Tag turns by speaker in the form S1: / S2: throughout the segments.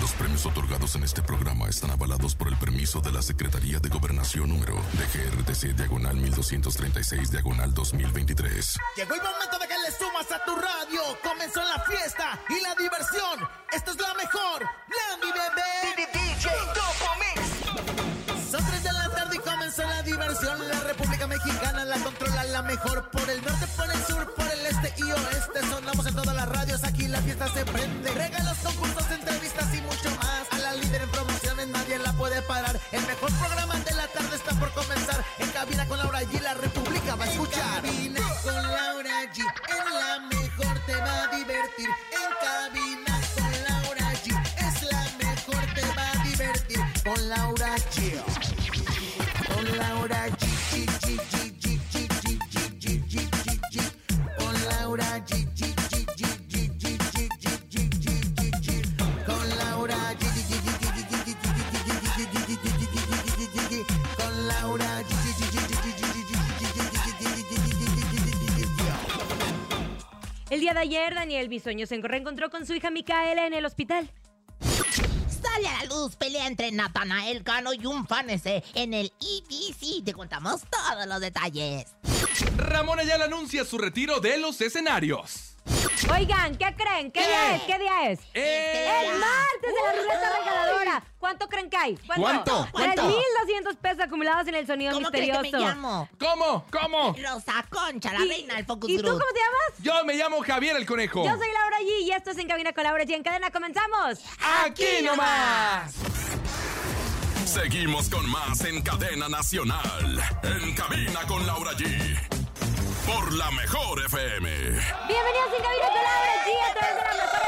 S1: comentarios otorgados en este programa están avalados por el permiso de la Secretaría de Gobernación número DGRTC diagonal 1236 diagonal 2023.
S2: Llegó el momento de que le sumas a tu radio. Comenzó la fiesta y la diversión. Esto es la mejor. Blandy Bebé.
S3: DJ Topo Mix.
S2: Son tres de la tarde y comenzó la diversión. La República Mexicana la controla la mejor. Por el norte, por el sur, por el este y oeste. Sonamos en todas las radios. Aquí la fiesta se prende. Regalos, concursos, entrevistas y mucho más. A la líder en promociones nadie la puede parar. El mejor programa de la tarde está por comenzar. En cabina con Laura G. La República va a escuchar. En cabina con Laura G. En la mejor te va a divertir. En cabina con Laura G. Es la mejor te va a divertir. Con Laura G. Con Laura G, G, G, G, G, G, G, G, G, G, G, Con Laura G, G, G, G, G, G, G, G, G, G, G, G. Con Laura G, G, G, G, G, G, G, G, G, G, G, G, G, G, G, G, G, G, G, G, G, G. Con Laura G, G, G, G, G, G, G, G, G, G, G, G, G.
S4: El día de ayer, Daniel Bisoño se reencontró con su hija Micaela en el hospital.
S5: Sale a la luz pelea entre Natanael Cano y un fan ese en el EDC. Te contamos todos los detalles.
S6: Ramón Ayala anuncia su retiro de los escenarios.
S4: Oigan, ¿qué creen? ¿Qué, día es? ¿Qué día es?
S6: ¡Eh!
S4: El martes de la ruleta regaladora. ¿Cuánto creen que hay?
S6: ¿Cuánto? ¿Cuánto?
S4: 3.200 pesos acumulados en el sonido
S5: ¿Cómo crees
S4: misterioso.
S5: que me llamo?
S6: ¿Cómo? ¿Cómo?
S5: Rosa Concha, la
S4: ¿Y-
S5: reina del Focus
S4: ¿Y tú
S5: Group.
S4: cómo te llamas?
S6: Yo me llamo Javier el Conejo.
S4: Yo soy Laura G y esto es En Cabina con Laura G. En cadena, comenzamos.
S6: ¡Aquí nomás!
S1: Seguimos con más en cadena nacional. En cabina con Laura G. Por la mejor FM.
S4: Bienvenidos en Cabina con Laura G a través de la mejor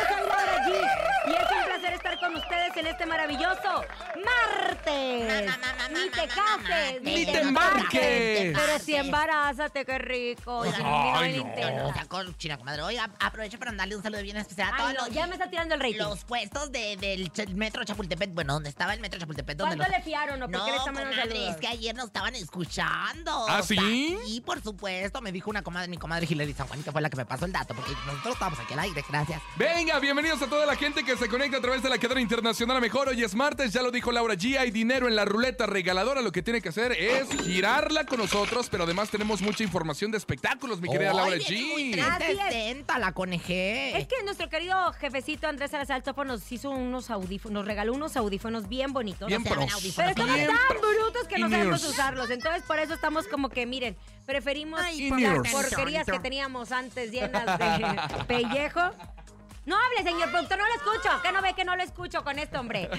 S4: FM. Soy Laura G. Y es un placer estar con ustedes en este maravilloso martes.
S5: Ma, ma, ma, ma,
S4: Ni
S5: ma,
S4: te
S5: ma,
S4: cases,
S5: ma,
S6: ni
S5: ma,
S6: te
S5: ma,
S6: embarques.
S5: ma, ma,
S4: Pero si embarázate, qué rico. Si no, no
S6: Ay,
S4: me
S6: no.
S4: interesa.
S5: Rosa Concha, comadre. Oiga, aprovecho para mandarle un saludo bien especial a todos
S4: Ay, no,
S5: los-
S4: ya me está tirando el rating.
S5: los puestos de- del ch- metro Chapultepec. Bueno, donde estaba el metro Chapultepec. Donde
S4: ¿Cuánto
S5: los-
S4: le fiaron o por
S5: No,
S4: qué le están mandando
S5: comadre,
S4: saludos?
S5: es que ayer nos estaban escuchando.
S6: ¿Ah, sí?
S5: Y por supuesto, me dijo una comadre, mi comadre Hilary San Juan, que fue la que me pasó el dato, porque nosotros estábamos aquí al aire, gracias.
S6: Venga, bienvenidos a toda la gente que se conecta a través de la cadena internacional. A mejor hoy es martes, ya lo dijo Laura G. Hay dinero en la ruleta regaladora. Lo que tiene que hacer es girarla con nosotros, pero además tenemos mucha información de espectáculos, mi querida
S5: Hoy
S6: Laura
S5: viene muy
S6: G.
S4: Así es.
S5: Ah, atenta la conejé.
S4: Es que nuestro querido jefecito Andrés Salazar Topo nos hizo unos audífonos, nos regaló unos audífonos bien bonitos.
S6: Bien
S5: no se llaman
S6: pros.
S4: pero
S5: audífonos.
S4: estamos
S6: bien
S4: tan
S6: pros.
S4: brutos que no sabemos
S6: In-ears.
S4: usarlos. Entonces, por eso estamos como que, miren, preferimos
S5: Ay,
S4: por
S6: in-ears.
S4: las porquerías que teníamos antes llenas de pellejo. No hable, señor productor, no lo escucho. Que no ve que no lo escucho con esto, hombre.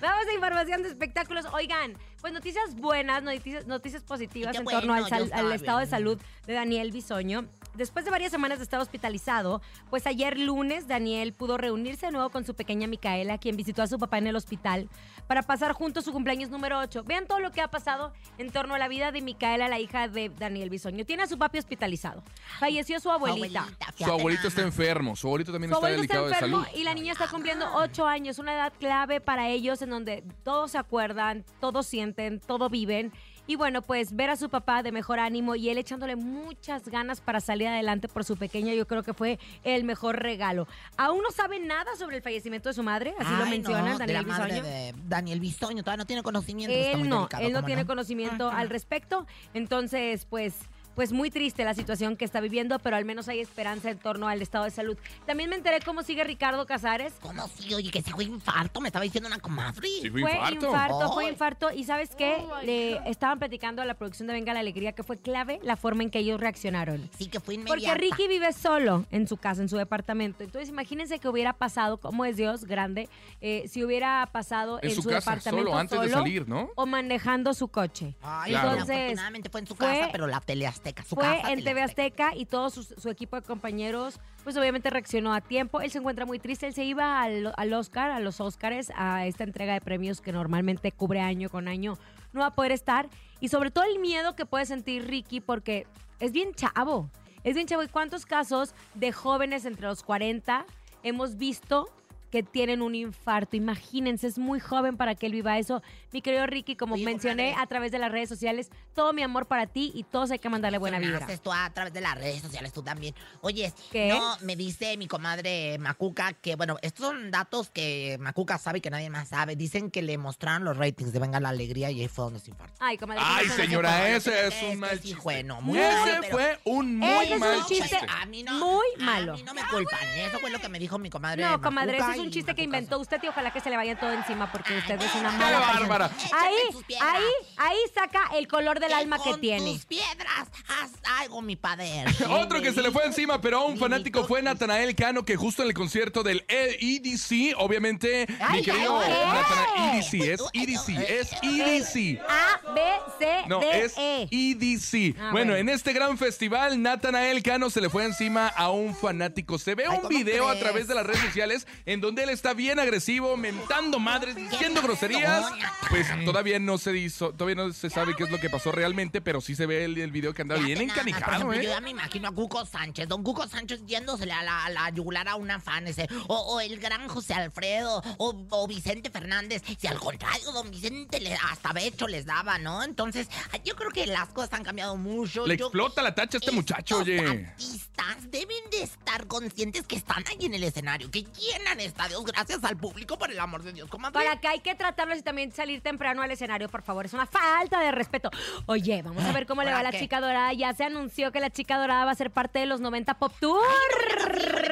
S4: Vamos a información de espectáculos. Oigan, pues noticias buenas, noticias, noticias positivas
S5: Qué
S4: en torno al,
S5: bueno,
S4: sal-
S5: yo estaba
S4: al estado de
S5: bien.
S4: salud de Daniel Bisoño. Después de varias semanas de estar hospitalizado, pues ayer lunes Daniel pudo reunirse de nuevo con su pequeña Micaela, quien visitó a su papá en el hospital, para pasar juntos su cumpleaños número 8. Vean todo lo que ha pasado en torno a la vida de Micaela, la hija de Daniel Bisoño. Tiene a su papi hospitalizado. Falleció su abuelita.
S5: fíjate
S6: Su abuelito está
S5: nada más.
S6: enfermo, su abuelito también
S4: Su
S6: está
S4: abuelo está
S6: delicado de
S4: enfermo
S6: salud.
S4: y la niña está cumpliendo ocho años, una edad clave para ellos en donde todos se acuerdan, todos sienten, todo viven. Y bueno, pues ver a su papá de mejor ánimo y él echándole muchas ganas para salir adelante por su pequeña, yo creo que fue el mejor regalo. Aún no saben nada sobre el fallecimiento de su madre, así lo
S5: Ay,
S4: mencionan
S5: no, de
S4: Daniel
S5: la madre
S4: Bisoño.
S5: de Daniel Bisoño, todavía no tiene conocimiento. está muy
S4: Él no,
S5: delicado,
S4: él no
S5: ¿cómo Ah,
S4: tiene conocimiento al respecto. Entonces, pues, pues muy triste la situación que está viviendo, pero al menos hay esperanza en torno al estado de salud. También me enteré cómo sigue Ricardo Casares.
S5: ¿Cómo sí? Oye, que si fue infarto, me estaba diciendo una comadre.
S6: Sí,
S4: Fue infarto,
S6: infarto.
S4: fue
S5: Ay. Oh
S4: infarto. Y sabes qué, le estaban platicando a la producción de Venga la Alegría que fue clave la forma en que ellos reaccionaron.
S5: Sí, que fue inmediata.
S4: Porque Ricky vive solo en su casa, en su departamento. Entonces imagínense que hubiera pasado, como es Dios grande, eh, si hubiera pasado en,
S6: En su casa,
S4: departamento
S6: solo, antes de
S4: solo
S6: salir, ¿no?
S4: o manejando su coche.
S5: Ay,
S6: Claro.
S5: entonces,
S4: Entonces,
S5: afortunadamente fue en su
S4: fue-
S5: casa, pero la teleazteca, su
S4: Fue
S5: casa.
S4: en TV Azteca y todo su, su equipo de compañeros, pues obviamente reaccionó a tiempo. Él se encuentra muy triste. Él se iba al, al Oscar, a los Oscars, a esta entrega de premios que normalmente cubre año con año. No va a poder estar. Y sobre todo el miedo que puede sentir Ricky porque es bien chavo. Es bien chavo. ¿Y cuántos casos de jóvenes entre los 40 hemos visto que tienen un infarto. Imagínense, es muy joven para que él viva eso. Mi querido Ricky, como
S5: Oye,
S4: mencioné
S5: comadre.
S4: a través de las redes sociales, todo mi amor para ti y todos hay que mandarle buena vibra.
S5: Haces tú a través de las redes sociales, tú también. Oye,
S4: ¿Qué?
S5: no, me dice mi comadre Macuca que, bueno, estos son datos que Macuca sabe y que nadie más sabe. Dicen que le mostraron los ratings de Venga la Alegría y ahí fue donde se infartó.
S4: Ay, comadre. que
S6: Ay,
S4: no se-
S6: señora,
S5: comadre,
S6: ese
S5: pero
S6: es
S5: es que
S6: un mal
S5: sí
S6: chiste.
S5: fue, no, muy
S6: ese
S5: malo, pero-
S6: fue un muy
S4: Ese es un
S6: mal
S4: chiste
S6: chiste.
S5: A mí no.
S4: muy
S5: A
S4: malo.
S5: mí no me culpan. ¿eh? Eso fue lo que me dijo mi comadre.
S4: No, comadre, ese
S5: Macuca
S4: es un
S5: y
S4: chiste que
S5: Macuca
S4: inventó usted y ojalá que se le vaya todo encima porque usted es una
S5: ¡Qué
S6: ¡Qué
S4: mala persona.
S6: bárbara!
S5: Échame
S4: Ahí,
S5: sus piedras.
S4: ahí, ahí saca el color del
S5: Que
S4: alma que
S5: con
S4: tiene.
S5: Tus piedras, haz algo, mi padre.
S6: Otro que se le fue encima, pero a un
S5: Ni
S6: fanático
S5: mi
S6: fue
S5: toquis.
S6: Natanael Cano, que justo en el concierto del EDC, obviamente, mi
S5: Ay,
S6: querido
S5: ay,
S4: ay.
S6: Natanael, EDC, es
S5: Tú, ay,
S6: EDC,
S5: no, eh,
S6: es E EDC.
S4: A, B, C,
S6: No,
S4: D,
S6: es
S4: E.
S6: EDC.
S4: Ah,
S6: bueno,
S4: bueno.
S6: en este gran festival, Natanael Cano se le fue encima a un fanático. Se ve
S5: Ay,
S6: un
S5: ¿cómo
S6: video a
S5: crees?
S6: través de las redes sociales en donde él está bien agresivo, mentando madres, diciendo
S5: feo,
S6: groserías.
S5: Natanael.
S6: Pues todavía no se hizo, todavía no se sabe qué es lo que pasó realmente, pero sí se ve el, el video que andaba
S5: Fíjate
S6: bien
S5: nada más, por
S6: encanijado,
S5: ejemplo, Yo
S6: ¿eh?
S5: ya me imagino a Cuco Sánchez, don Cuco Sánchez yéndosele a la, a la yugular a una fan, ese, o, o el gran José Alfredo, o, o Vicente Fernández, si al contrario, don Vicente le- hasta becho les daba, ¿no? Entonces, yo creo que las cosas han cambiado mucho.
S6: Le
S5: Yo-
S6: explota la tacha a este muchacho,
S5: Estos
S6: oye.
S5: artistas deben de estar conscientes que están ahí en el escenario, que llenan estadios gracias al público, por el amor de Dios. comadre.
S4: Para que hay que tratarlos y también salir temprano al escenario, por favor. Es una falta de respeto. Oye, vamos a ver cómo le va a
S5: ¿Ahora
S4: la
S5: qué?
S4: chica dorada. Ya se anunció que la chica dorada va a ser parte de los 90 Pop Tour.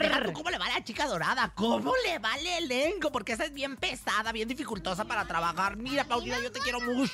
S5: Deja tú, ¿Cómo le va a la chica dorada? ¿Cómo le va el elenco? Porque esa es bien pesada, bien dificultosa para trabajar. Mira, Paulina, yo te quiero mucho.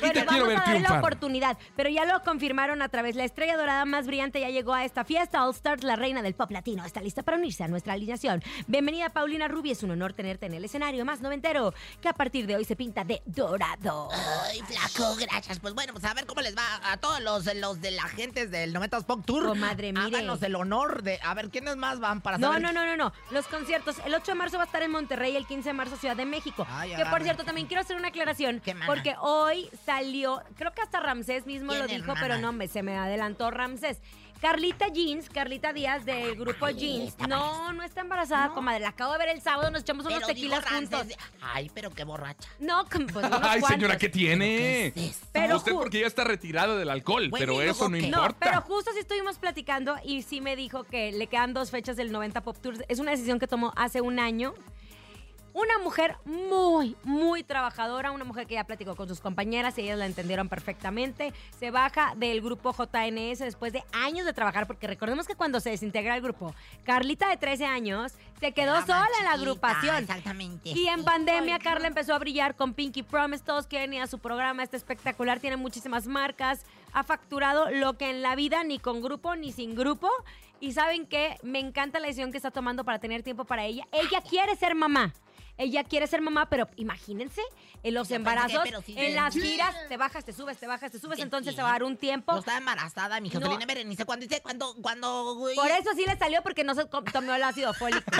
S6: te
S4: Bueno,
S6: quiero
S4: vamos a darle
S6: ver
S4: la
S6: triunfar.
S4: oportunidad. Pero ya lo confirmaron a través. La estrella dorada más brillante ya llegó a esta fiesta. All Stars, la reina del pop latino, está lista para unirse a nuestra alineación. Bienvenida, Paulina Rubio. Es un honor tenerte en el escenario más noventero, que a partir de hoy se pinta de dorado.
S5: Ay, flaco, gracias. Pues bueno, pues a ver cómo les va a todos los, los de la gente del 90s Pop Tour.
S4: Comadre, Oh, mire.
S5: Háganos el honor de... A ver, ¿quiénes más van para
S4: No,
S5: saber?
S4: no, no, no, no. Los conciertos. El 8 de marzo va a estar en Monterrey, el 15 de marzo Ciudad de México.
S5: Ay,
S4: que por
S5: agárrame.
S4: cierto, también quiero hacer una aclaración.
S5: Qué mana.
S4: Porque hoy salió, creo que hasta Ramsés mismo
S5: ¿Quién
S4: lo
S5: es
S4: dijo,
S5: mana?
S4: pero no, me, se me adelantó Ramsés. Carlita Jeans, Carlita Díaz del grupo
S5: Ay,
S4: Jeans.
S5: está
S4: No, no está embarazada, comadre. La acabo de ver el sábado, nos echamos
S5: Pero
S4: unos
S5: dijo
S4: tequilas
S5: Ramses-
S4: juntos.
S5: Ay, pero qué borracha.
S4: No, com- pues unos
S6: Ay, señora,
S4: cuantos.
S6: ¿qué tiene?
S5: ¿Qué es eso?
S4: Pero
S6: Usted
S4: ju-
S6: porque ya está retirada del alcohol,
S5: Bueno,
S6: pero
S5: ¿y luego
S6: eso no
S5: qué?
S4: No,
S6: importa.
S4: pero justo sí estuvimos platicando y sí me dijo que le quedan dos fechas del 90 Pop Tour. Es una decisión que tomó hace un año. Una mujer muy, muy trabajadora, una mujer que ya platicó con sus compañeras y ellas la entendieron perfectamente. Se baja del grupo JNS después de años de trabajar, porque recordemos que cuando se desintegra el grupo, Carlita de 13 años se quedó
S5: Era
S4: sola
S5: más
S4: en la
S5: chiquita,
S4: agrupación.
S5: Exactamente.
S4: Y en pandemia, Carla empezó a brillar con Pinky Promise. Todos quieren ir a su programa. Está espectacular. Tiene muchísimas marcas. Ha facturado lo que en la vida, ni con grupo ni sin grupo. Y saben que me encanta la decisión que está tomando para tener tiempo para ella. Ella quiere ser mamá. Ella quiere ser mamá, pero imagínense en los
S5: Yo pensé que,
S4: embarazos,
S5: pero sí
S4: en
S5: de-
S4: las giras, te bajas, te subes, te bajas, te subes,
S5: ¿Qué
S4: entonces se
S5: tiene?
S4: va a dar un tiempo.
S5: No estaba embarazada, mi Joselina Berenice. Cuando dice, cuando, cuando. güey,
S4: Por eso sí le salió porque no se com- tomó el ácido fólico.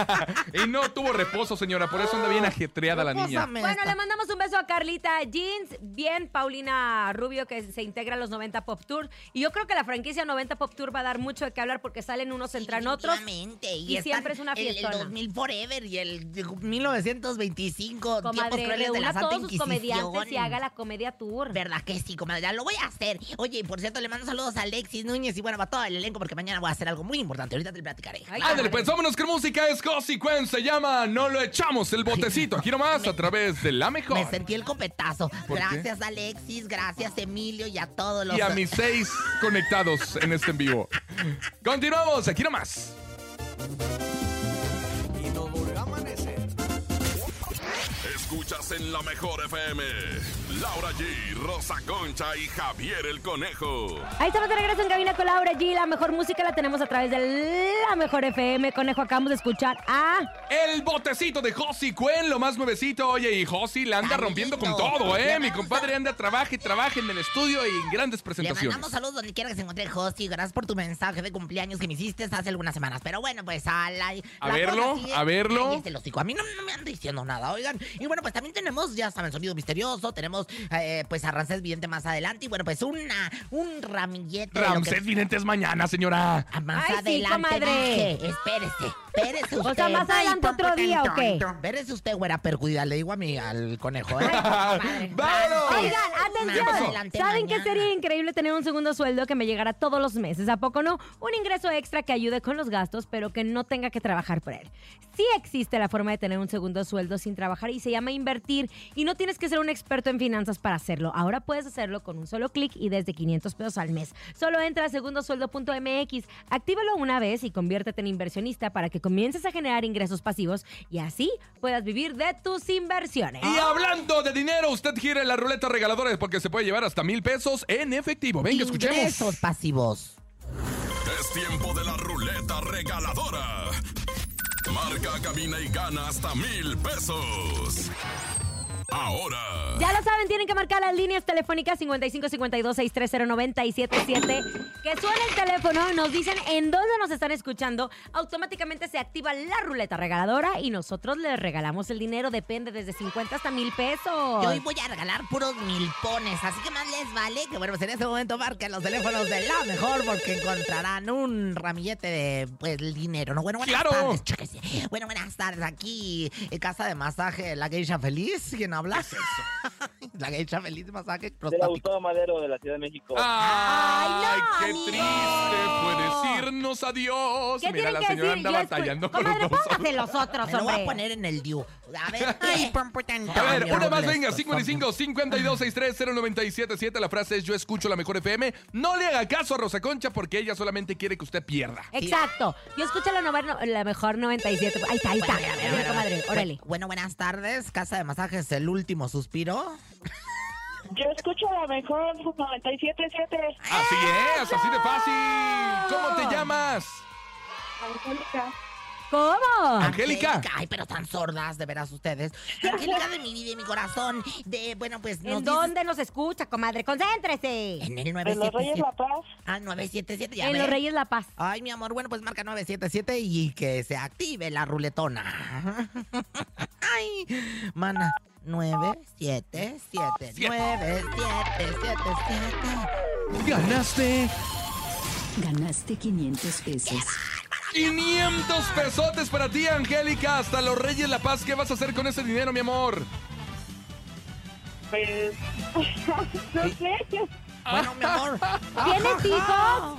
S6: Y no tuvo reposo, señora, por eso anda bien ajetreada la niña.
S5: Pósame
S4: Bueno,
S5: esta.
S4: le mandamos un beso a Carlita Jeans, bien Paulina Rubio, que se integra a los 90 Pop Tour. Y yo creo que la franquicia 90 Pop Tour va a dar mucho de qué hablar porque salen unos, entran otros.
S5: Definitivamente,
S4: y siempre
S5: están
S4: es una
S5: el-
S4: fiestona.
S5: El, 2000 Forever y el de- 1925. tiempos
S4: Comadre,
S5: crueles de
S4: reúna
S5: la
S4: a
S5: Santa
S4: todos sus
S5: Inquisición.
S4: comediantes y haga la comedia tour.
S5: ¿Verdad que sí, comadre? Ya lo voy a hacer. Oye, y por cierto, le mando saludos a Alexis Núñez y bueno, para todo el elenco porque mañana voy a hacer algo muy importante. Ahorita te lo platicaré.
S4: Ay,
S6: Ándale, pues vámonos que música es Cosy Quen, se llama No lo echamos el botecito. Aquí nomás a través de la mejor.
S5: Me sentí el copetazo.
S6: ¿Por qué?
S5: Gracias, Alexis. Gracias, Emilio y a todos los.
S6: Y a mis seis conectados en este en vivo. Continuamos, aquí nomás.
S1: Escuchas en la mejor FM. Laura G, Rosa Concha y Javier el Conejo.
S4: Ahí estamos de regreso en cabina con Laura G. La mejor música la tenemos a través de la mejor FM. Conejo, acabamos de escuchar a.
S6: El botecito de Josi Cuen, lo más nuevecito. Oye, y Josi la anda
S5: Está
S6: rompiendo con
S5: lindo.
S6: todo,
S5: Le
S6: ¿eh? Mi
S5: vamos
S6: compadre anda, trabaje, trabaje en el estudio y en grandes
S5: Le
S6: presentaciones.
S5: mandamos saludos donde quiera que se encuentre Josi. Gracias por tu mensaje de cumpleaños que me hiciste hace algunas semanas. Pero bueno, pues a la.
S6: A
S5: la
S6: verlo,
S5: cosa sigue.
S6: a verlo.
S5: Cállense el hocico. A mí no, no me han diciendo nada, oigan. Y bueno, pues también tenemos, ya saben, sonido misterioso. Tenemos, eh, pues, a Ramsés Vidente más adelante. Y bueno, pues una, un ramillete. de lo que-
S6: Ramsés Vidente es mañana, señora.
S5: Ah, Más
S4: Ay, sí,
S5: adelante.
S4: comadre.
S5: dije. espérese. Espérese usted.
S4: O sea, más adelante otro día, ¿o qué?
S5: Espérese usted, güera percuida. Le digo a mi, al conejo, ¿eh?
S6: ¡Vámonos!
S4: Oigan, atención.
S6: pasó?
S5: Adelante
S4: pues ¿Saben qué
S5: mañana.
S4: sería increíble tener un segundo sueldo que me llegara todos los meses? ¿A poco no? Un ingreso extra que ayude con los gastos, pero que no tenga que trabajar por él. Sí existe la forma de tener un segundo sueldo sin trabajar y se llama invertir. Y no tienes que ser un experto en finanzas para hacerlo. Ahora puedes hacerlo con un solo clic y desde 500 pesos al mes. Solo entra a segundosueldo.mx, actívalo una vez y conviértete en inversionista para que comiences a generar ingresos pasivos y así puedas vivir de tus inversiones.
S6: Y hablando de dinero, usted gire la ruleta regaladora porque se puede llevar hasta mil pesos en efectivo. Venga,
S5: Ingresos
S6: escuchemos.
S5: pasivos.
S1: Es tiempo de la ruleta regaladora. Marca, cabina y gana hasta mil pesos. Ahora.
S4: Ya lo saben, tienen que marcar las líneas telefónicas 5552-630-977. Que suena el teléfono, nos dicen en dónde nos están escuchando. Automáticamente se activa la ruleta regaladora y nosotros les regalamos el dinero. Depende desde 50 hasta mil pesos.
S5: Yo hoy voy a regalar puros milpones, así que más les vale que, bueno, pues en este momento marquen los teléfonos de la mejor porque encontrarán un ramillete de, pues, el dinero, ¿no? Bueno, buenas
S6: ¡Claro!
S5: tardes, chéquese. Bueno, buenas tardes, aquí, en Casa de Masaje, La Geisha Feliz, ¿quién habla? la Geisha Feliz, masaje
S7: Del
S5: prostático.
S7: Gustavo Madero de la Ciudad de México.
S6: Ah, Ay, qué
S4: amigo!
S6: triste fue decirnos adiós.
S4: ¿Qué
S6: Mira,
S4: tienen
S6: la
S4: que
S6: señora
S4: decir? Yo
S6: anda
S4: escu-
S6: batallando con los
S4: Comadre,
S6: dos.
S4: póngase los otros,
S5: Me lo voy a
S4: hombre.
S5: poner en el Diu. A ver, ay, pon, pon, tan,
S6: A ver,
S5: tan,
S6: una más,
S5: Robles,
S6: venga,
S5: por
S6: 55 52 63 0977. La frase es: Yo escucho la mejor FM. No le haga caso a Rosa Concha porque ella solamente quiere que usted pierda.
S4: Exacto. Yo escucho la, novena- la mejor 97. Ahí está, ahí está.
S5: Bueno, a ver, a ver,
S4: Mira,
S5: a ver, a ver.
S4: comadre, órale.
S5: Bueno, buenas tardes, Casa de Masajes, el último suspiro.
S8: Yo escucho la mejor 97.7.
S6: Así es, así de fácil. ¿Cómo te llamas?
S8: Angélica.
S4: ¿Cómo?
S5: Ah,
S6: Angélica.
S5: Ay, pero tan sordas, de veras ustedes. Angélica de mi vida y de mi corazón. De, bueno, pues
S4: ¿En
S5: nos dices-
S4: dónde nos escucha, comadre? Concéntrese.
S5: En el
S8: En Pues, los
S5: 977.
S8: Reyes La Paz.
S5: Ah, 977, ya
S4: En
S5: ves.
S4: los Reyes La Paz.
S5: Ay, mi amor, bueno, pues marca 977 y que se active la ruletona. Ay, mana. 977
S6: Siete.
S5: 9777
S6: Ganaste
S9: Ganaste 500 pesos.
S6: 500 pesotes para ti, Angélica. Hasta los Reyes La Paz. ¿Qué vas a hacer con ese dinero, mi amor?
S8: Pues. no sé.
S5: Bueno, mi amor.
S4: ¿Tienes hijos?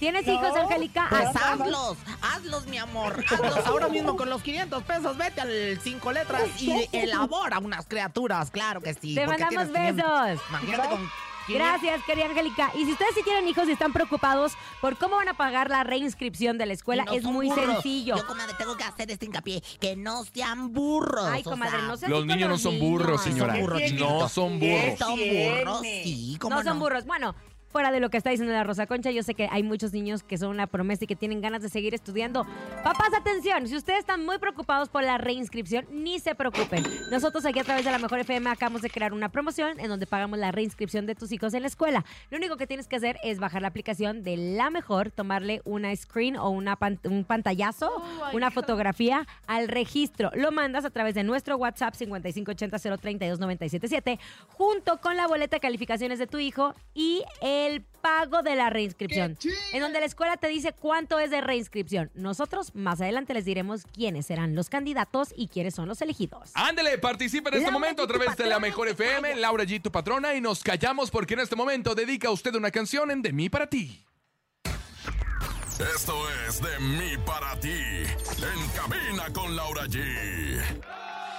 S4: ¿Tienes
S8: No.
S4: hijos, Angélica?
S5: Pues
S4: Haz-
S5: hazlos, hazlos, mi amor. Hazlos ahora mismo con los 500 pesos. Vete al cinco letras y elabora unas criaturas. Claro que sí.
S4: Te
S5: porque
S4: mandamos
S5: tienes 500.
S4: besos.
S5: Imagínate con. 500.
S4: Gracias, querida Angélica. Y si ustedes sí tienen hijos y están preocupados por cómo van a pagar la reinscripción de la escuela,
S5: Y no
S4: es
S5: son
S4: muy
S5: burros.
S4: sencillo.
S5: Yo, comadre, tengo que hacer este hincapié. Que no sean burros.
S4: Ay,
S5: o
S4: comadre,
S5: sea,
S4: no seas
S6: Los
S4: así con
S6: niños no son burros,
S4: niños.
S6: señora.
S5: Son burros,
S6: No
S5: chiquito.
S6: son burros.
S5: Son burros, sí. ¿cómo
S4: No son burros. Bueno, fuera de lo que está diciendo la Rosa Concha, yo sé que hay muchos niños que son una promesa y que tienen ganas de seguir estudiando. Papás, atención, si ustedes están muy preocupados por la reinscripción, ni se preocupen. Nosotros aquí a través de la Mejor FM acabamos de crear una promoción en donde pagamos la reinscripción de tus hijos en la escuela. Lo único que tienes que hacer es bajar la aplicación de la mejor, tomarle una screen o una pan- un pantallazo,
S5: Oh,
S4: una fotografía al registro. Lo mandas a través de nuestro WhatsApp 5580-032-977 junto con la boleta de calificaciones de tu hijo y el pago de la reinscripción. En donde la escuela te dice cuánto es de reinscripción. Nosotros más adelante les diremos quiénes serán los candidatos y quiénes son los elegidos.
S6: Ándele, participa en este
S5: Laura
S6: momento a
S5: G, tu
S6: través de la
S5: patrona,
S6: Mejor
S5: te
S6: FM,
S5: callas.
S6: Laura G, tu patrona, y nos callamos porque en este momento dedica usted una canción en De mí para ti.
S1: Esto es de mí para ti. En cabina con Laura G.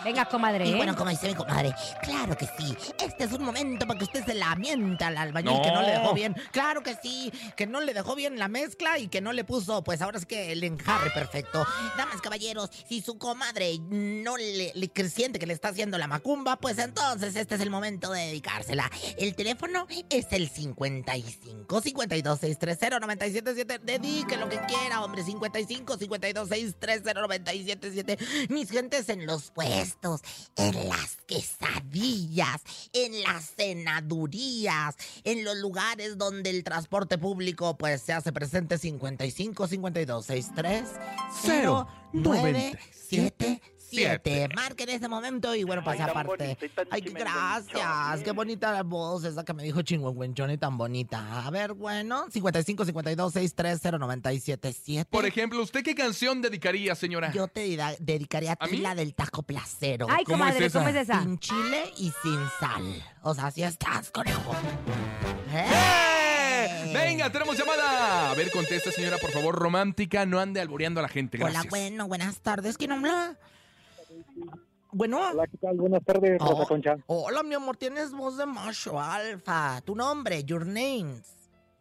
S4: Venga, comadre.
S5: Y
S4: ¿eh?
S5: bueno, como dice mi comadre, claro que sí. Este es un momento para que usted se lamenta al albañil
S6: No.
S5: que no le dejó bien. Claro que sí, que no le dejó bien la mezcla y que no le puso, pues ahora es que el enjarre perfecto. Damas, caballeros, si su comadre no le, le que siente que le está haciendo la macumba, pues entonces este es el momento de dedicársela. El teléfono es el 55 52 630 977. Dedique lo que quiera, hombre. 55 52 630 977. Mis gentes en los puestos, en las quesadillas, en las cenadurías, en los lugares donde el transporte público pues se hace presente 55 52 63 0 9 7 7. Marca en este momento y bueno, pues
S7: Ay, tan
S5: aparte.
S7: bonito y tan
S5: Ay, gracias.
S7: chimenguenchón.
S5: Qué bonita la voz esa que me dijo chingüengüenchón y tan bonita. A ver, bueno, 55 52 630 977.
S6: Por ejemplo, ¿usted qué canción dedicaría, señora?
S5: Yo te dida- dedicaría a
S6: ¿A
S5: ti
S6: mí?
S5: la del taco placero.
S4: Ay,
S6: ¿Cómo
S4: comadre,
S6: es
S4: ¿cómo es
S6: esa?
S4: esa?
S5: Sin chile y sin sal. O sea, así estás, conejo.
S6: ¡Eh! Venga, tenemos llamada. A ver, contesta, señora, por favor, romántica, no ande alboreando a la gente. Gracias.
S5: Hola, bueno, buenas tardes. ¿Quién habla? Bueno.
S7: Hola, ¿qué tal? Buenas tardes,
S5: Oh,
S7: Rosa Concha.
S5: hola, mi amor, tienes voz de macho alfa. Tu nombre, your names.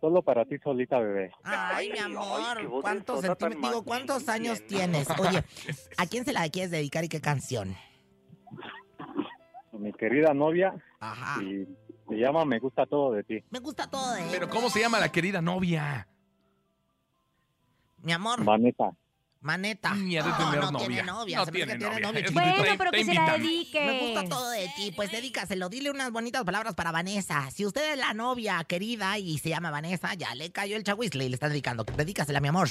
S7: Solo para ti solita, bebé.
S5: Ay, mi
S7: ay, qué
S5: amor,
S7: voz
S5: ¿cuántos,
S7: gruesota tan
S5: centímetros- digo, ¿cuántos años tienes? Oye, ¿a quién se la quieres dedicar y qué canción?
S7: Mi querida novia,
S6: Ah.
S5: Ajá.
S7: y se llama Me gusta todo de ti.
S5: Me gusta todo, ¿eh?
S6: Pero ¿cómo se llama la querida novia?
S5: Mi amor,
S7: Vanessa.
S5: maneta.
S6: Ni ha de tener
S5: no tiene
S6: novia.
S5: novia.
S6: No
S5: se me hace
S6: tiene
S5: que
S6: novia. Es
S5: chiquito.
S6: muy
S4: Bueno, pero
S6: Te
S4: que se la
S6: invitan.
S4: dedique.
S5: Me gusta todo de ti, pues dedícaselo, dile unas bonitas palabras para Vanessa. Si usted es la novia querida y se llama Vanessa, ya le cayó el chahuizle y le está dedicando. Dedícasela, mi amor.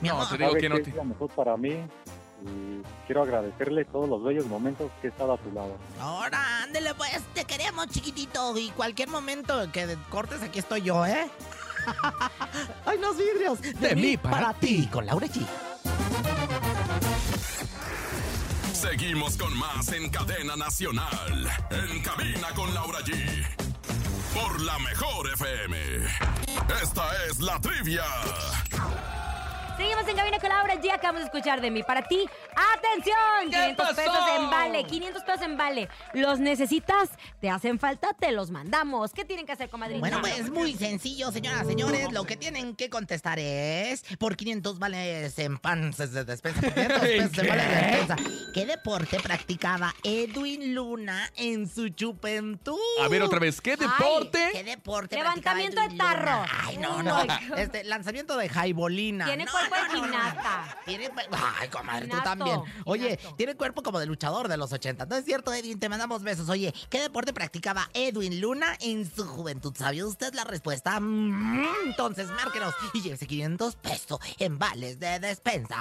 S5: Mi
S6: No,
S5: amor,
S6: te digo
S7: Sabes
S6: que no
S7: que
S6: te-
S7: es la mejor para mí y quiero agradecerle todos los bellos momentos que he estado a tu lado.
S5: ahora, ándele pues, te queremos, chiquitito. Y cualquier momento que de- cortes, aquí estoy yo, ¿eh? ¡Ay, los vidrios! De, mí, para, ti, con Laura G.
S1: Seguimos con más en Cadena Nacional. En cabina con Laura G. Por la mejor FM. Esta es la trivia.
S4: Seguimos en cabina con Laura G. Acabamos de escuchar de mí. Para ti, ¡atención!
S6: ¿Qué
S4: 500
S6: pasó?
S4: pesos en vale. 500 pesos en vale. ¿Los necesitas? ¿Te hacen falta? Te los mandamos. ¿Qué tienen que hacer, comadrita?
S5: Bueno, pues muy sencillo, señoras, señores. Lo que tienen que contestar es por 500 vales en pan de despensa. por 500 pesos en vales de despensa. ¿Qué deporte practicaba Edwin Luna en su juventud?
S6: A ver, otra vez, ¿qué
S5: Ay,
S6: deporte?
S5: ¿Qué deporte?
S4: Levantamiento
S5: practicaba
S4: de
S5: Edwin
S4: tarro.
S5: Luna? Ay, no,
S4: Uy,
S5: no.
S4: no.
S5: Este, lanzamiento de jaibolina.
S4: Tiene
S5: No,
S4: cuerpo de
S5: no, no, no.
S4: gimnasta.
S5: Tiene cuer- Ay, comadre, tú
S4: Gimnasto,
S5: también. Oye,
S4: gimnasto.
S5: tiene cuerpo como de luchador de los 80. No es cierto, Edwin, te mandamos besos. Oye, ¿qué deporte practicaba Edwin Luna en su juventud? ¿Sabía usted la respuesta? Mm, Entonces, márquenos y llévese 500 pesos en vales de despensa.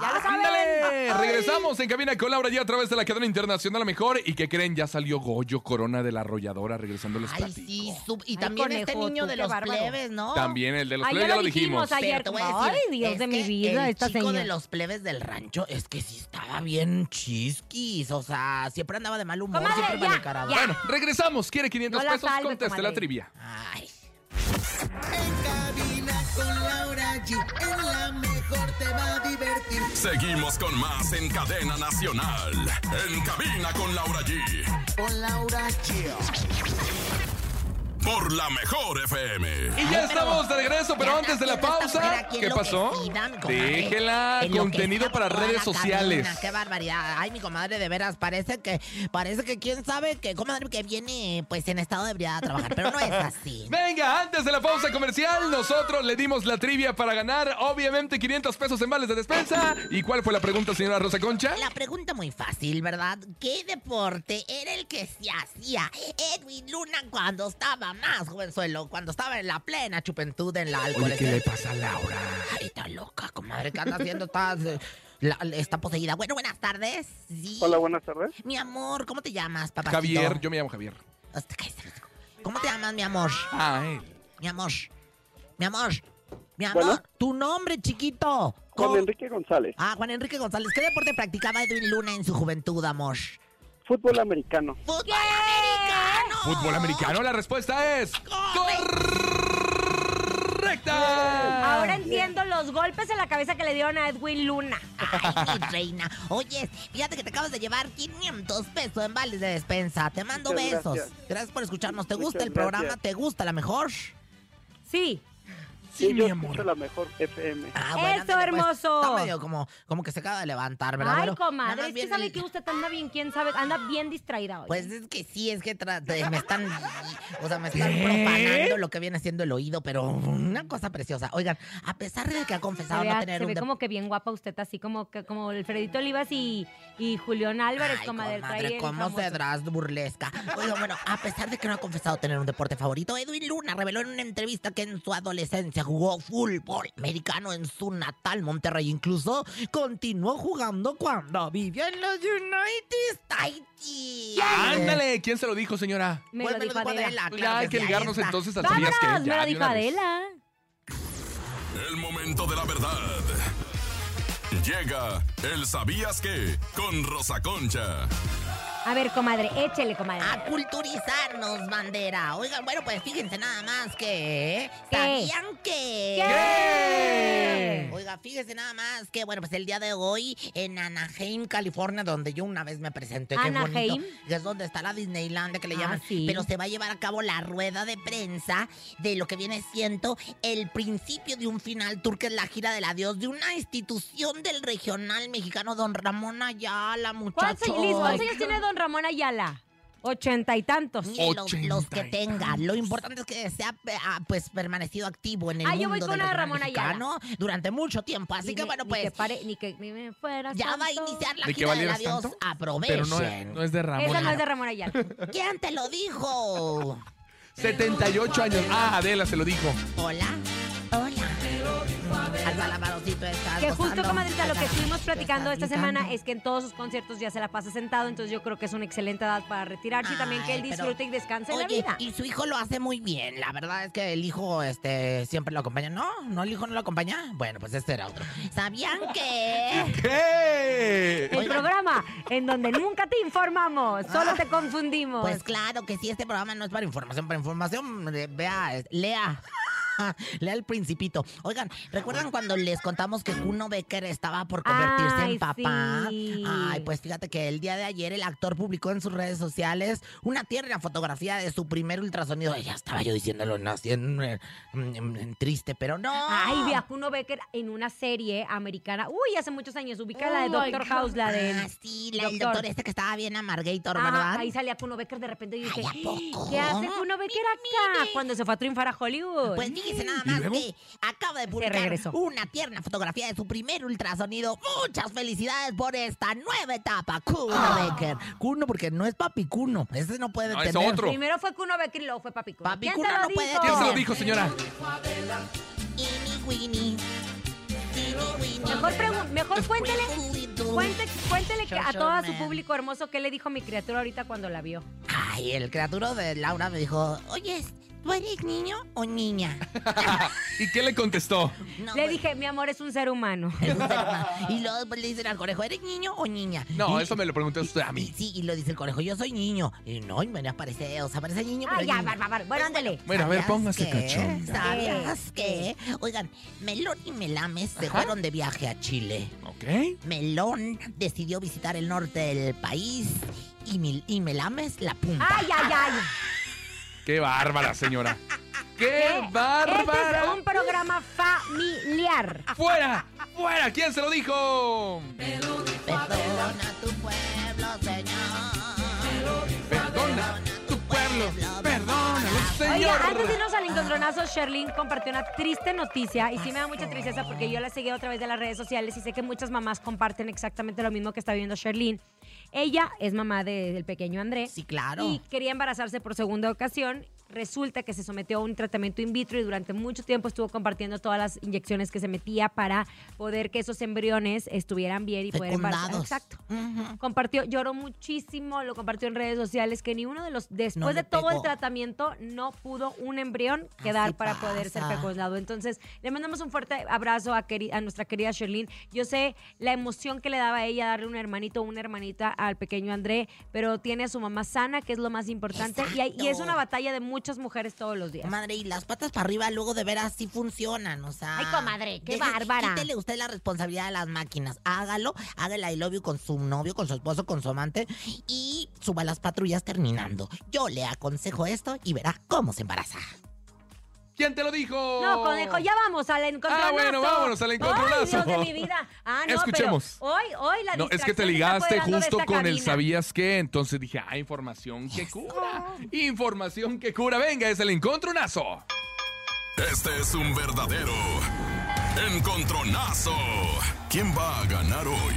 S4: Ya lo saben.
S6: ¡Ándale! Regresamos en cabina con Laura G a través de la cadena internacional La mejor. ¿Y que creen? Ya salió Goyo Corona de la arrolladora regresando les
S5: Ay,
S6: platico.
S5: sí, sub- y
S4: Ay,
S5: también este
S4: conejo,
S5: niño
S4: tú,
S5: de
S4: qué
S5: los
S4: bárbaro.
S5: plebes, ¿no?
S6: También el de los
S4: Ayer
S6: plebes, ya
S4: lo
S6: lo dijimos.
S4: dijimos, ayer.
S5: Pero te voy a
S4: Ay,
S5: decir,
S4: Dios
S5: es
S4: de mi
S5: que
S4: vida,
S5: el
S4: esta
S5: chico
S4: señora.
S5: de los plebes del rancho es que sí estaba bien chisquis. O sea, siempre andaba de mal humor,
S4: Comadre,
S5: siempre
S4: ya,
S5: malecarado.
S4: ya.
S6: Bueno, regresamos. ¿Quiere 500
S4: No la
S6: pesos?
S4: salves,
S6: Conteste la
S4: comadre.
S6: trivia.
S5: Ay.
S2: En cabina con Laura G. En la mejor te va a divertir.
S1: Seguimos con más en Cadena Nacional. En cabina con Laura G.
S2: Con Laura G.
S1: Por la mejor FM.
S6: Y ya estamos de regreso, pero antes de la pausa, ¿qué pasó? Déjela contenido para redes sociales.
S5: Qué barbaridad. Ay, mi comadre, de veras, parece que, parece que quién sabe que, comadre, que viene pues en estado de ebriedad a trabajar, pero no es así.
S6: Venga, antes de la pausa comercial, nosotros le dimos la trivia para ganar, obviamente, 500 pesos en vales de despensa. ¿Y cuál fue la pregunta, señora Rosa Concha?
S5: La pregunta muy fácil, ¿verdad? ¿Qué deporte era el que se hacía Edwin Luna cuando estaba más jovenzuelo, cuando estaba en la plena chupentud en la alcohol?
S6: pasa a Laura?
S5: Ay, está loca, comadre, ¿qué anda haciendo? Está, eh, la- está poseída. Bueno, buenas tardes. Sí.
S7: Hola, buenas tardes.
S5: Mi amor, ¿cómo te llamas, papá?
S6: Javier, yo me llamo Javier.
S5: Hasta que se- ¿Cómo te llamas, mi amor?
S6: Ah, él.
S5: Mi amor. Mi amor. Mi amor.
S7: Bueno.
S5: Tu nombre, chiquito. ¿Cómo-
S7: Con Enrique González.
S5: Ah, Juan Enrique González. ¿Qué deporte practicaba Edwin Luna en su juventud, amor?
S7: Fútbol americano.
S5: ¡Fútbol americano!
S6: Fútbol americano, la respuesta es. ¡Correcta!
S5: ah,
S4: Ahora entiendo los golpes en la cabeza que le dieron a Edwin Luna.
S5: Ay, mi reina. Oye, fíjate que te acabas de llevar 500 pesos en vales de despensa. Te mando
S7: Muchas
S5: besos.
S7: gracias.
S5: Gracias por escucharnos. ¿Te gusta
S7: Muchas
S5: el programa?
S7: gracias.
S5: ¿Te gusta la mejor?
S4: Sí.
S6: Sí,
S7: Y
S6: mi
S7: yo
S6: amor.
S7: escucho la mejor FM.
S5: Ah,
S4: Eso,
S5: ándale, pues.
S4: hermoso.
S5: Está medio como, como que se acaba de levantar, ¿verdad?
S4: Ay,
S5: Bueno, nada
S4: comadre,
S5: más
S4: es que
S5: bien
S4: sabe
S5: el-
S4: que usted anda bien, quién sabe, anda bien distraída hoy.
S5: Pues es que sí, es que tra- te- me están, o sea, me están profanando lo que viene siendo el oído, pero una cosa preciosa. Oigan, a pesar de que ha
S4: se
S5: confesado
S4: ve,
S5: no
S4: a-
S5: tener
S4: se
S5: un
S4: ve
S5: dep-
S4: como que bien guapa usted, así como, que- como el Fredito Olivas y, y Julián Álvarez,
S5: Ay,
S4: comadre,
S5: comadre,
S4: trae el
S5: ¿cómo
S4: famoso.
S5: serás burlesca? Oiga, bueno, a pesar de que no ha confesado tener un deporte favorito, Edwin Luna reveló en una entrevista que en su adolescencia jugó fútbol americano en su natal Monterrey. Incluso continuó jugando cuando vivió en los United States.
S6: ¡Ándale! ¿Quién se lo dijo, señora?
S4: Me
S5: Pues
S4: lo dijo
S5: dijo
S4: Adela.
S5: Adela,
S6: Ya
S5: claro
S6: hay
S5: que
S6: que
S5: sí, ahí
S6: ligarnos
S5: está.
S6: entonces a
S4: ¡Vámonos!
S6: teorías que ya,
S4: Me lo
S6: de
S4: dijo
S6: una vez.
S4: Adela.
S1: El momento de la verdad. Llega el sabías que con Rosa Concha.
S4: A ver, comadre, échele, comadre.
S5: A culturizarnos, bandera. Oigan, bueno, pues fíjense nada más que...
S4: ¿Qué?
S5: ¿Sabían que...?
S4: ¿Qué?
S5: Oiga, fíjese nada más que, bueno, pues el día de hoy en Anaheim, California, donde yo una vez me presenté. qué bonito,
S4: ¿Anaheim?
S5: que es donde está la Disneylandia que le
S4: Ah,
S5: llaman.
S4: sí.
S5: Pero se va a llevar a cabo la rueda de prensa de lo que viene siendo el principio de un final tour, que es la gira del adiós de una institución del regional mexicano, don Ramón Ayala,
S4: ¿Cuántos
S5: muchacho.
S4: años, Liz, cuántos años tiene don Ramón Ayala? Ochenta y tantos.
S5: Mire, los, los que
S6: Ochenta y
S5: tenga. Lo importante es que se ha pe- ah, pues, permanecido activo en el
S4: Ah, yo
S5: mundo
S4: voy con
S5: del
S4: la de
S5: regional
S4: Ramón Ayala.
S5: mexicano durante mucho tiempo. Así
S4: Ni
S5: que
S4: me-
S5: bueno,
S4: ni
S5: pues
S4: que pare- ni que ni me fueras
S5: ya va a
S4: tanto.
S5: iniciar la
S6: ¿De qué
S5: gira del
S6: valieras
S5: adiós.
S6: tanto? Pero no,
S5: Aprovechen.
S6: no es de Ramón.
S4: Esa no es de Ramón Ayala.
S5: ¿Quién te lo dijo?
S6: 78 años. Ah, Adela se lo dijo.
S5: Hola. Hola. Alba Alvarocito, estás
S4: Que justo,
S5: gozando?
S4: comadrita, lo que
S5: Estás-
S4: estuvimos platicando esta
S5: estás
S4: semana
S5: gritando.
S4: es que en todos sus conciertos ya se la pasa sentado, entonces yo creo que es una excelente edad para retirarse y también que él
S5: Ay, pero-
S4: disfrute y descanse en la
S5: Oye,
S4: vida.
S5: Y su hijo lo hace muy bien. La verdad es que el hijo este, siempre lo acompaña. No, no, el hijo no lo acompaña. Bueno, pues este era otro. ¿Sabían que?
S6: ¿Qué?
S4: El programa en donde nunca te informamos, solo te confundimos.
S5: Ah. Pues claro que sí, este programa no es para información. Para información, eh, vea, eh, lea. Lea el principito. Oigan, ¿recuerdan cuando les contamos que Kuno Becker estaba por convertirse
S4: Ay,
S5: en papá?
S4: sí.
S5: Ay, pues fíjate que el día de ayer el actor publicó en sus redes sociales una tierna fotografía de su primer ultrasonido. Ya estaba yo diciéndolo, nací en, eh, en- en- en triste, pero no.
S2: Ah.
S4: Ay, ve a Kuno Becker en una serie americana. Uy, hace muchos años. Ubica la de Doctor House, la de.
S5: Ah, sí, la- el doctor este que estaba bien amargator,
S4: Ajá,
S5: ¿verdad?
S4: ahí salía Kuno Becker de repente y dije,
S5: Ay, ¿a poco?
S4: ¿qué hace Kuno Becker acá? Cuando se fue a triunfar a Hollywood.
S5: Pues fíjese nada más que acaba de publicar
S4: regresó.
S5: una tierna fotografía de su primer ultrasonido. Muchas felicidades por esta nueva etapa, Kuno
S4: Ah.
S5: Becker. Kuno, porque no es papi Kuno. Ese no puede
S6: No, es
S5: tener.
S6: otro.
S4: Primero fue Kuno Becker y luego fue Papi Kuno.
S5: Papi
S4: ¿Quién
S5: Kuno
S4: te lo
S5: no
S4: dijo?
S5: puede
S6: ¿Quién se lo
S5: Oh.
S6: dijo, señora?
S5: Teeny weeny, teeny weeny.
S4: Mejor, pregu-
S5: Pues
S4: mejor cuéntele, cuente- cuéntele que a
S5: Chocho
S4: todo su
S5: man.
S4: público hermoso qué le dijo mi criatura ahorita cuando la vio.
S5: Ay, el criaturo de Laura me dijo, oye, ¿tú eres niño o niña?
S6: Ah, ¿Y qué le contestó?
S5: No,
S4: le
S5: pues,
S4: dije, mi amor, es un ser humano.
S5: es un ser humano. Y luego pues, le dicen al conejo, ¿eres niño o niña?
S6: No,
S5: Y-
S6: eso me lo preguntó usted a mí.
S5: Sí, y lo dice el conejo, yo soy niño. Y no, y me aparece, o sea, parece niño, pero
S4: Ay,
S5: es
S4: ya,
S5: niño.
S4: bar, bar, bar. Bueno, ándale. Eh.
S6: Bueno, a ver,
S5: ¿Sabías
S6: póngase
S5: qué?
S6: cachonda.
S5: ¿Sabías qué? Oigan, Melón y Melames se fueron de viaje a Chile.
S6: ¿Ok?
S5: Melón decidió visitar el norte del país y, Mil- y Melames la punta.
S4: Ay, ay, ay.
S6: Qué bárbara, señora.
S4: ¿Qué?
S6: ¡Qué
S4: Este es
S6: bárbara!
S4: un programa familiar.
S6: ¡Fuera! ¡Fuera! ¿Quién se lo dijo?
S5: Perdona tu pueblo, Señor.
S6: Perdona tu pueblo, perdónalo,
S4: Oiga,
S6: señor.
S4: antes de irnos al encontronazo, Sherlyn compartió una triste noticia y sí me da mucha tristeza porque yo la seguí a través de las redes sociales y sé que muchas mamás comparten exactamente lo mismo que está viviendo Sherlyn. Ella es mamá de- del pequeño Andrés.
S5: Sí, claro.
S4: Y quería embarazarse por segunda ocasión. Resulta que se sometió a un tratamiento in vitro y durante mucho tiempo estuvo compartiendo todas las inyecciones que se metía para poder que esos embriones estuvieran bien y poder embarazar.
S5: Fecundados.
S4: Exacto.
S5: Ujú.
S4: Compartió, lloró muchísimo, lo compartió en redes sociales que ni uno de los después
S5: No le
S4: de todo el
S5: pegó.
S4: tratamiento no pudo un embrión quedar
S5: Así
S4: para poder ser
S5: pasa.
S4: fecundado. Entonces, le mandamos un fuerte abrazo a, queri- a nuestra querida Sherlyn. Yo sé la emoción que le daba a ella darle un hermanito o una hermanita al pequeño André, pero tiene a su mamá sana, que es lo más importante, y, hay- y es
S5: Exacto.
S4: una batalla de muchas mujeres todos los días.
S5: Madre, y las patas para arriba luego de veras sí funcionan, o sea.
S4: Ay, comadre, qué
S5: deje-
S4: bárbara.
S5: Quítele usted la responsabilidad de las máquinas. Hágalo, hágale I love you con su novio, con su esposo, con su amante y suba las patrullas terminando. Yo le aconsejo esto y verá cómo se embaraza.
S6: ¿Quién te lo dijo?
S4: No, conejo, ya vamos al encontronazo.
S6: Ah, bueno, vámonos al encontronazo.
S4: Ay, Dios de mi vida. Ah, no,
S6: Escuchemos.
S4: pero hoy, hoy la
S6: No, es que te
S4: distracción me está
S6: ligaste
S4: apoderando de
S6: justo
S4: esta
S6: con el
S4: cabina.
S6: sabías qué, entonces dije, ah, información que cura. Información que cura. Venga, es el encontronazo.
S1: Este es un verdadero encontronazo. ¿Quién va a ganar hoy?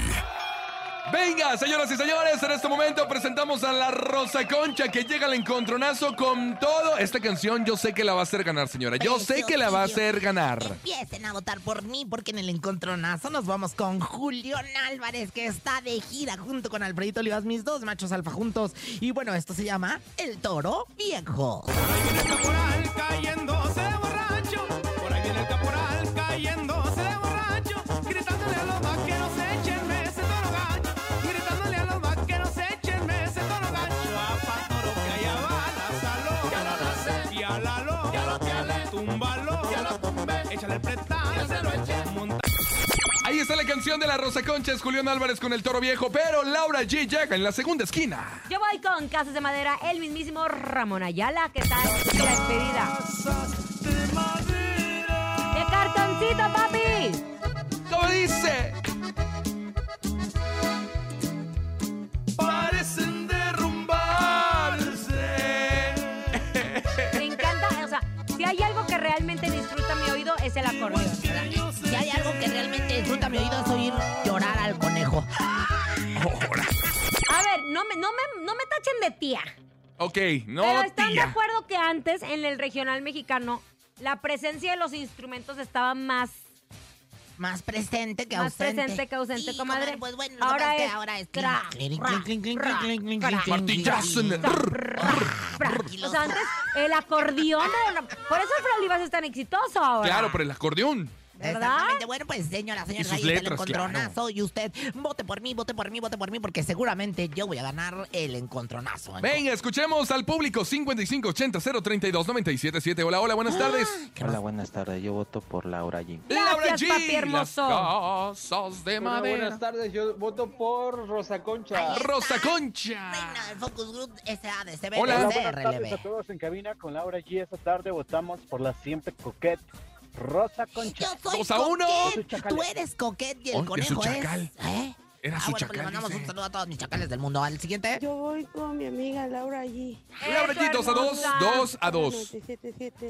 S6: Venga, señoras y señores, en este momento presentamos a la Rosa Concha que llega al encontronazo con todo. Esta canción yo sé que la va a hacer ganar, señora. Yo sé que la va a hacer ganar.
S5: Empiecen a votar por mí porque en el encontronazo nos vamos con Julián Álvarez que está de gira junto con Alfredito Olivas, mis dos machos alfa juntos. Y bueno, esto se llama El Toro Viejo.
S6: Ahí está la canción de la Rosa Concha, es Julián Álvarez con el toro viejo, pero Laura G llega en la segunda esquina.
S4: Yo voy con Casas de Madera, el mismísimo Ramón Ayala, que está de despedida. ¡Qué cartoncito, papi!
S6: ¿Cómo dice? Parecen derrumbarse.
S4: Me encanta, o sea, si hay algo que realmente disfruta mi oído es el acordeón.
S5: Si hay algo que realmente disfruta mi oído es oír llorar al conejo.
S4: A ver, no me, no me, no me tachen de tía.
S6: Ok, no.
S4: pero están
S6: tía.
S4: de acuerdo que antes en el regional mexicano la presencia de los instrumentos estaba más
S5: Más presente que
S4: Más
S5: ausente.
S4: presente que ausente,
S5: Sí,
S4: comadre.
S5: Pues bueno, lo
S4: Ahora
S5: que pasa es
S4: es
S5: que ahora es
S4: tra,
S5: clink,
S4: ra,
S5: clink, clink,
S4: ra,
S5: clink, clink,
S4: ra.
S5: clink, clink,
S6: Martillazo en el-
S5: clink.
S4: O sea, antes el acordeón era una- Por eso Alfredo Olivas es tan exitoso ahora.
S6: Claro, por el acordeón.
S4: ¿Verdad?
S5: Exactamente. Bueno, pues señora,
S6: Y
S5: señora,
S6: sus
S5: ahí está el
S6: letras,
S5: encontronazo. Y usted, vote por mí, vote por mí, vote por mí, porque seguramente yo voy a ganar el encontronazo.
S6: Venga, escuchemos al público 5580-032-977. Hola, hola, buenas tardes.
S10: Hola, buenas tardes. Yo voto por Laura G.
S6: Laura G.
S4: Ah, Gracias, papi hermoso.
S6: Las casas de madera.
S11: buenas tardes, yo voto por Rosa Concha.
S5: Ahí
S6: Rosa
S5: está.
S6: Concha.
S5: Reina del Focus Group SADCB
S6: Hola.
S5: Hola,
S6: Hola,
S7: Buenas tardes a todos en cabina con Laura G. Esta tarde votamos por la siempre coquette Rosa
S5: Yo
S7: Concha.
S5: soy
S6: Dos a uno.
S5: Coquet,
S7: Yo soy chacal.
S5: Tú eres Coquet y el
S6: Oh, es
S5: conejo
S6: su
S5: es.
S6: chacal.
S5: ¿eh?
S6: Era
S5: ah,
S6: su
S5: bueno, pues le
S6: chacal,
S5: mandamos un
S6: dice.
S5: saludo a todos mis chacales del mundo. Al siguiente.
S8: Yo voy con mi amiga Laura allí.
S6: Laura G, 2 a 2, 2 a 2.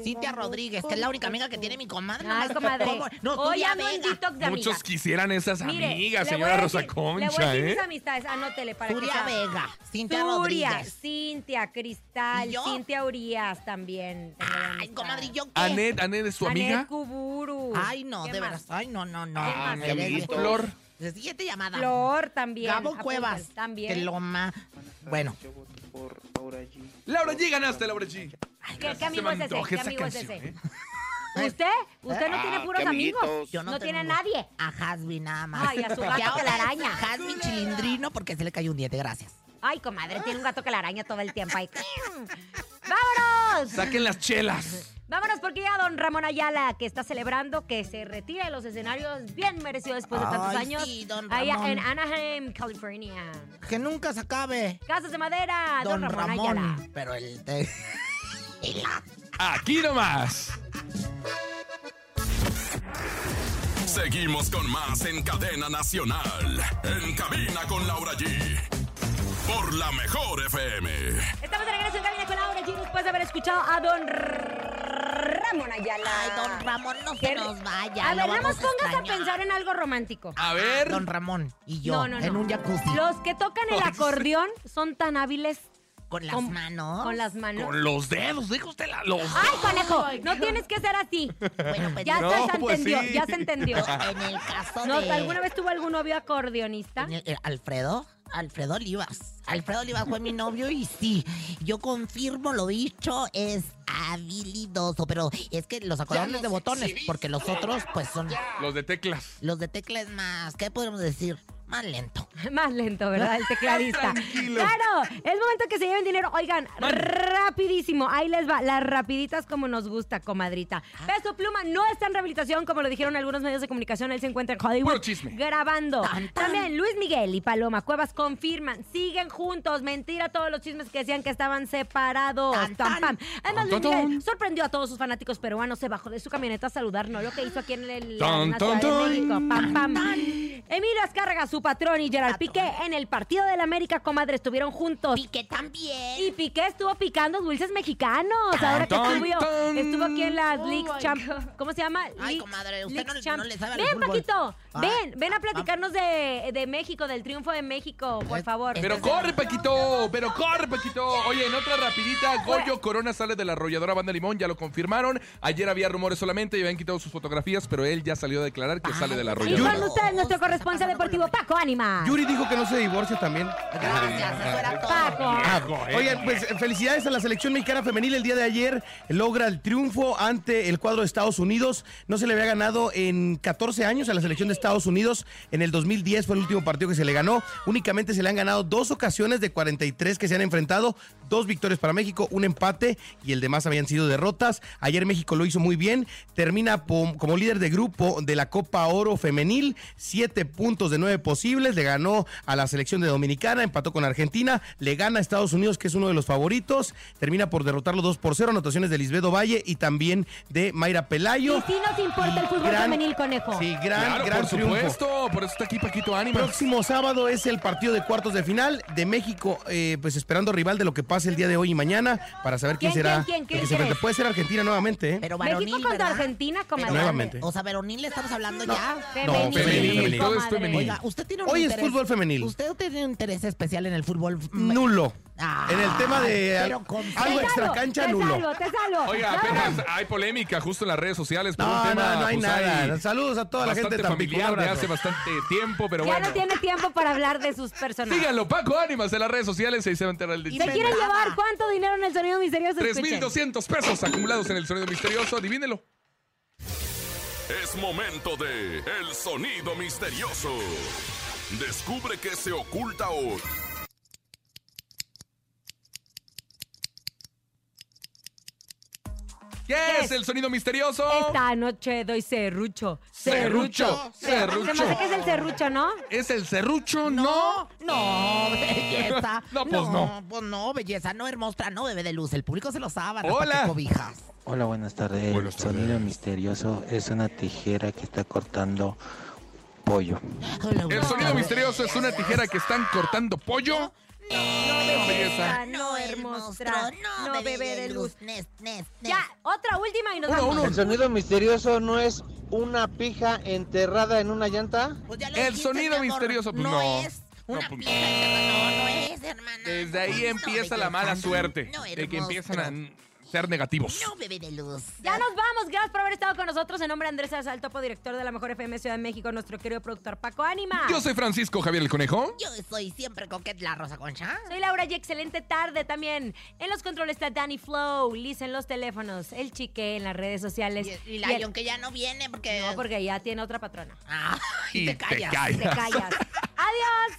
S5: Cintia Rodríguez, que es la única amiga que tiene mi comadre.
S4: Ay,
S5: nomás.
S4: Ah, comadre.
S5: ¿Cómo? No, tú
S4: Hoy
S5: ya
S4: ando en
S5: vega.
S4: detox de amigas.
S6: Muchos quisieran esas
S4: Mire,
S6: amigas,
S4: le voy
S6: señora
S4: a
S6: Rosa
S4: decir- Le voy a
S6: Concha,
S4: decir mis
S6: ¿eh?
S4: amistades, anótele para
S5: Zuria
S4: que sea.
S5: Vega, Cintia
S4: Zuria,
S5: Rodríguez.
S4: Cintia, Cristal,
S5: ¿Y yo?
S4: Cintia Urias también. tengo de
S5: Ay,
S4: amistad.
S5: comadre, ¿y ¿yo qué?
S6: Anet, Anet es su
S4: Anet
S6: amiga.
S4: Kuburu.
S5: Ay, no,
S4: ¿Qué
S5: de
S4: más?
S5: veras. Ay, no, no, no.
S4: ¿Qué
S6: Ah,
S4: más?
S6: mi
S5: Eres
S6: amiguita
S5: de-
S6: Flor.
S5: de Siguiente llamada.
S4: Flor también.
S5: Gabo
S4: apúntale,
S5: Cuevas. Que
S4: También.
S5: lo ma- Bueno,
S11: Yo voto por Laura G.
S6: Laura G, ganaste, Laura G.
S4: ¿Qué, qué
S6: Se
S4: amigo
S6: me
S4: es ese?
S6: antoja
S4: ¿Qué
S6: esa
S4: amigo es
S6: canción,
S4: ese?
S6: ¿eh?
S4: ¿Usted? ¿Usted no tiene puros amigos?
S5: Ah, yo no,
S4: no tiene a
S5: tengo
S4: nadie.
S5: A Hasby nada más.
S4: Ay, a su gato
S5: Que ahora
S4: que la
S5: es
S4: araña.
S5: Hasby chilindrino porque se le cayó un diente. Gracias.
S4: Ay, comadre, tiene un gato que la araña todo el tiempo ahí. ¡Vámonos!
S6: Saquen las chelas.
S4: Vámonos porque ya don Ramón Ayala, que está celebrando que se retira de los escenarios bien merecido después de tantos
S5: Ay,
S4: años.
S5: sí, don
S4: Allá
S5: Ramón.
S4: en Anaheim, California.
S5: Que nunca se acabe.
S4: Casas de madera, Ah, don, Ramón, Ayala.
S5: Pero el de... el la-
S6: Aquí nomás.
S1: Seguimos con más en Cadena Nacional. En cabina con Laura G. Por la mejor FM.
S4: Estamos de regreso en cabina con Laura G después de haber escuchado a don R- Ramón Ayala.
S5: Ay, don Ramón, no se
S4: Qué-
S5: nos vaya.
S4: A
S5: lo
S4: ver, nada más
S5: vamos
S4: póngase a
S5: extrañar.
S4: pensar en algo romántico.
S6: A ver.
S5: Don Ramón y yo
S4: No, no, no.
S5: en un jacuzzi.
S4: Los que tocan el acordeón son tan hábiles
S5: Con las
S4: con-
S5: manos.
S4: con las manos.
S6: Con los dedos, dijo usted la, los
S4: ¡Ay,
S5: Oh
S4: conejo! No tienes que ser así.
S5: Bueno, pues
S4: Ya
S5: yo-
S6: No,
S4: se
S6: pues
S4: entendió,
S6: sí.
S4: ya se entendió.
S5: en el caso
S4: No,
S5: de...
S4: ¿Alguna vez tuvo algún novio acordeonista?
S5: en el- eh, Alfredo, Alfredo Olivas. Alfredo Olivas fue mi novio y sí, yo confirmo lo dicho, es habilidoso, pero es que los acordeones de botones, porque los otros pues son
S6: Los de teclas.
S5: los de tecla es más, ¿qué podemos decir? Más lento.
S4: Más lento, ¿verdad? El tecladista.
S6: Tranquilo.
S4: Claro, es momento que se lleven dinero. Oigan, rapidísimo. Ahí les va. Las rapiditas como nos gusta, comadrita.
S6: Ah.
S4: Peso Pluma no está en rehabilitación, como lo dijeron algunos medios de comunicación. Él se encuentra en Hollywood
S6: Puro chisme.
S4: grabando.
S5: Tan, tan.
S4: También Luis Miguel y Paloma Cuevas confirman. Siguen juntos. Mentira todos los chismes que decían que estaban separados.
S5: Tan,
S4: Pam,
S5: tan.
S4: pam. Además,
S6: Tan,
S4: Luis
S6: tan,
S4: Miguel
S6: tan.
S4: sorprendió a todos sus fanáticos peruanos. Se bajó de su camioneta a saludar, ¿no? Lo que hizo aquí en el...
S6: Tan,
S4: la Ciudad
S6: tan,
S4: de
S6: tan.
S4: México. Pam, pam. Emilio Azcárraga, su patrón, y Gerard Gerard Piqué en el partido del América, comadre, estuvieron juntos.
S5: Piqué también.
S4: Y Piqué estuvo picando dulces mexicanos. Ahora que
S6: tan,
S4: estuvo,
S6: tan.
S4: estuvo aquí en las
S12: Oh
S4: Leagues
S12: my
S4: Champions. ¿Cómo se llama?
S5: Ay,
S4: Leagues-
S5: comadre, usted
S4: Leagues
S5: no- no
S4: Champ.
S5: le sabe al
S4: Ven,
S5: fútbol.
S4: Paquito.
S5: Ah,
S4: Ven, ven a platicarnos de, de México, del triunfo de México, por favor.
S6: Pero corre, Paquito, pero corre, Paquito. Oye, en otra rapidita, Goyo Corona sale de la arrolladora Banda Limón, ya lo confirmaron. Ayer había rumores solamente y habían quitado sus fotografías, pero él ya salió a declarar
S4: Ah,
S6: que sale de la
S4: Y
S6: arrolladora.
S4: con ustedes, nuestro corresponsal deportivo, Paco Ánima.
S2: Yuri dijo que no se divorcia también.
S5: Gracias, eso era todo.
S4: Paco.
S6: Eh.
S2: Oigan, pues felicidades a la selección mexicana femenil. El día de ayer logra el triunfo ante el cuadro de Estados Unidos. No se le había ganado en 14 años a la selección de Estados Unidos. En el 2010 fue el último partido que se le ganó. Únicamente se le han ganado dos ocasiones de 43 que se han enfrentado. Dos victorias para México, un empate y el demás habían sido derrotas. Ayer México lo hizo muy bien. Termina pom- como líder de grupo de la Copa Oro Femenil. Siete puntos de nueve posibles. Le ganó a la selección de Dominicana, empató con Argentina. Le gana a Estados Unidos, que es uno de los favoritos. Termina por derrotarlo 2 por 0. Anotaciones de Lisbedo Valle y también de Mayra Pelayo.
S4: Y sí nos importa el fútbol
S2: Gran-
S4: femenil, conejo.
S2: Sí, gran,
S6: Claro,
S2: gran
S6: por
S2: triunfo.
S6: supuesto, por eso está aquí Paquito Ánimas.
S2: Próximo sábado es el partido de cuartos de final de México, eh, pues esperando rival de lo que pase el día de hoy y mañana para saber quién,
S4: ¿Quién,
S2: será.
S4: quién, quién,
S2: el
S4: quién
S2: que se
S4: crees?
S2: enfrenta. Puede ser Argentina nuevamente, ¿eh?
S5: Pero varonil,
S4: México contra
S5: ¿verdad?
S4: Argentina,
S5: Pero
S4: comadre.
S2: Nuevamente.
S5: O sea, varonil le estamos hablando ya.
S2: No, femenil, femenil.
S6: Todo es
S4: comadre.
S6: femenil.
S5: Oiga, usted tiene un
S2: Hoy es
S5: interés-
S2: fútbol femenil.
S5: Usted tiene un interés especial en el fútbol.
S2: Nulo.
S5: Ah,
S2: en el tema de
S5: pero
S2: al-
S5: con-
S4: Te
S2: algo extra
S4: salvo,
S2: cancha,
S4: te
S2: nulo.
S4: salvo, te salvo.
S6: Oiga,
S4: Nada
S6: apenas
S4: más.
S6: hay polémica justo en las redes sociales por un
S2: No,
S6: tema,
S2: no, no hay
S6: pues,
S2: nada.
S6: ahí
S2: Saludos a toda la gente
S6: bastante
S2: de Tampico.
S6: familiar
S2: Un
S6: de
S2: abrazo.
S6: hace bastante tiempo, pero
S4: Ya
S6: bueno.
S4: no tiene tiempo para hablar de sus personajes.
S6: Síganlo, Paco Ánimas en las redes sociales, ahí se va a enterar el
S4: ¿Se
S6: detalle.
S4: quieren llevar cuánto dinero en el sonido misterioso? Escuchen.
S6: 3.200 pesos acumulados en el sonido misterioso, adivínelo.
S1: Es momento de El Sonido Misterioso. Descubre qué se oculta hoy.
S6: ¿Qué
S4: ¿Qué
S6: es
S4: es?
S6: el sonido misterioso?
S4: Esta noche doy serrucho.
S6: Serrucho, serrucho.
S4: Se me hace que es el serrucho, ¿no?
S6: ¿Es el serrucho? No.
S5: No, belleza.
S6: No, pues, no.
S5: pues no, belleza, no hermosa, no bebe de luz. El público se lo sabe. ¿no?
S6: Hola.
S5: Pa' que cobijas.
S7: Hola, buenas tardes. El
S6: Buenas tardes.
S7: sonido misterioso es una tijera que está cortando pollo.
S5: Hola,
S6: El
S5: buenas
S6: sonido
S5: tardes.
S6: misterioso es una tijera que están cortando pollo. No, belleza.
S4: Ah, No, hermosa. No, bebé de luz.
S5: Nes, nes, nes.
S4: Ya, otra última y nos
S6: Uno,
S4: vamos.
S6: uno.
S13: El sonido misterioso no es una pija enterrada en una llanta.
S5: Pues ya lo
S6: El
S5: dijiste,
S6: sonido
S5: mi amor,
S6: misterioso, pues,
S5: no,
S6: no.
S5: es una
S6: pues,
S5: pija enterrada, no, no es, hermana.
S6: Desde ahí
S5: No,
S6: empieza la
S5: belleza,
S6: mala
S5: no,
S6: suerte
S5: no,
S6: de que
S5: hermosa,
S6: empiezan a n- ser negativos.
S5: No, bebé de luz.
S4: Ya nos vamos, gracias por haber estado con nosotros. En nombre de Andrés Arzal, topo director de la Mejor FM Ciudad de México, nuestro querido productor Paco Ánima.
S6: Yo soy Francisco Javier el Conejo.
S5: Yo soy siempre coquet la rosa concha.
S4: Soy Laura y excelente tarde también. En los controles está Danny Flow, Liz en los teléfonos, el chique en las redes sociales.
S5: Y, y
S4: Y
S5: la
S4: el-
S5: Ion que ya no viene porque.
S4: No, porque ya tiene otra patrona.
S5: Ah, y
S6: Y
S5: te callas.
S6: te callas.
S4: Te callas. Adiós.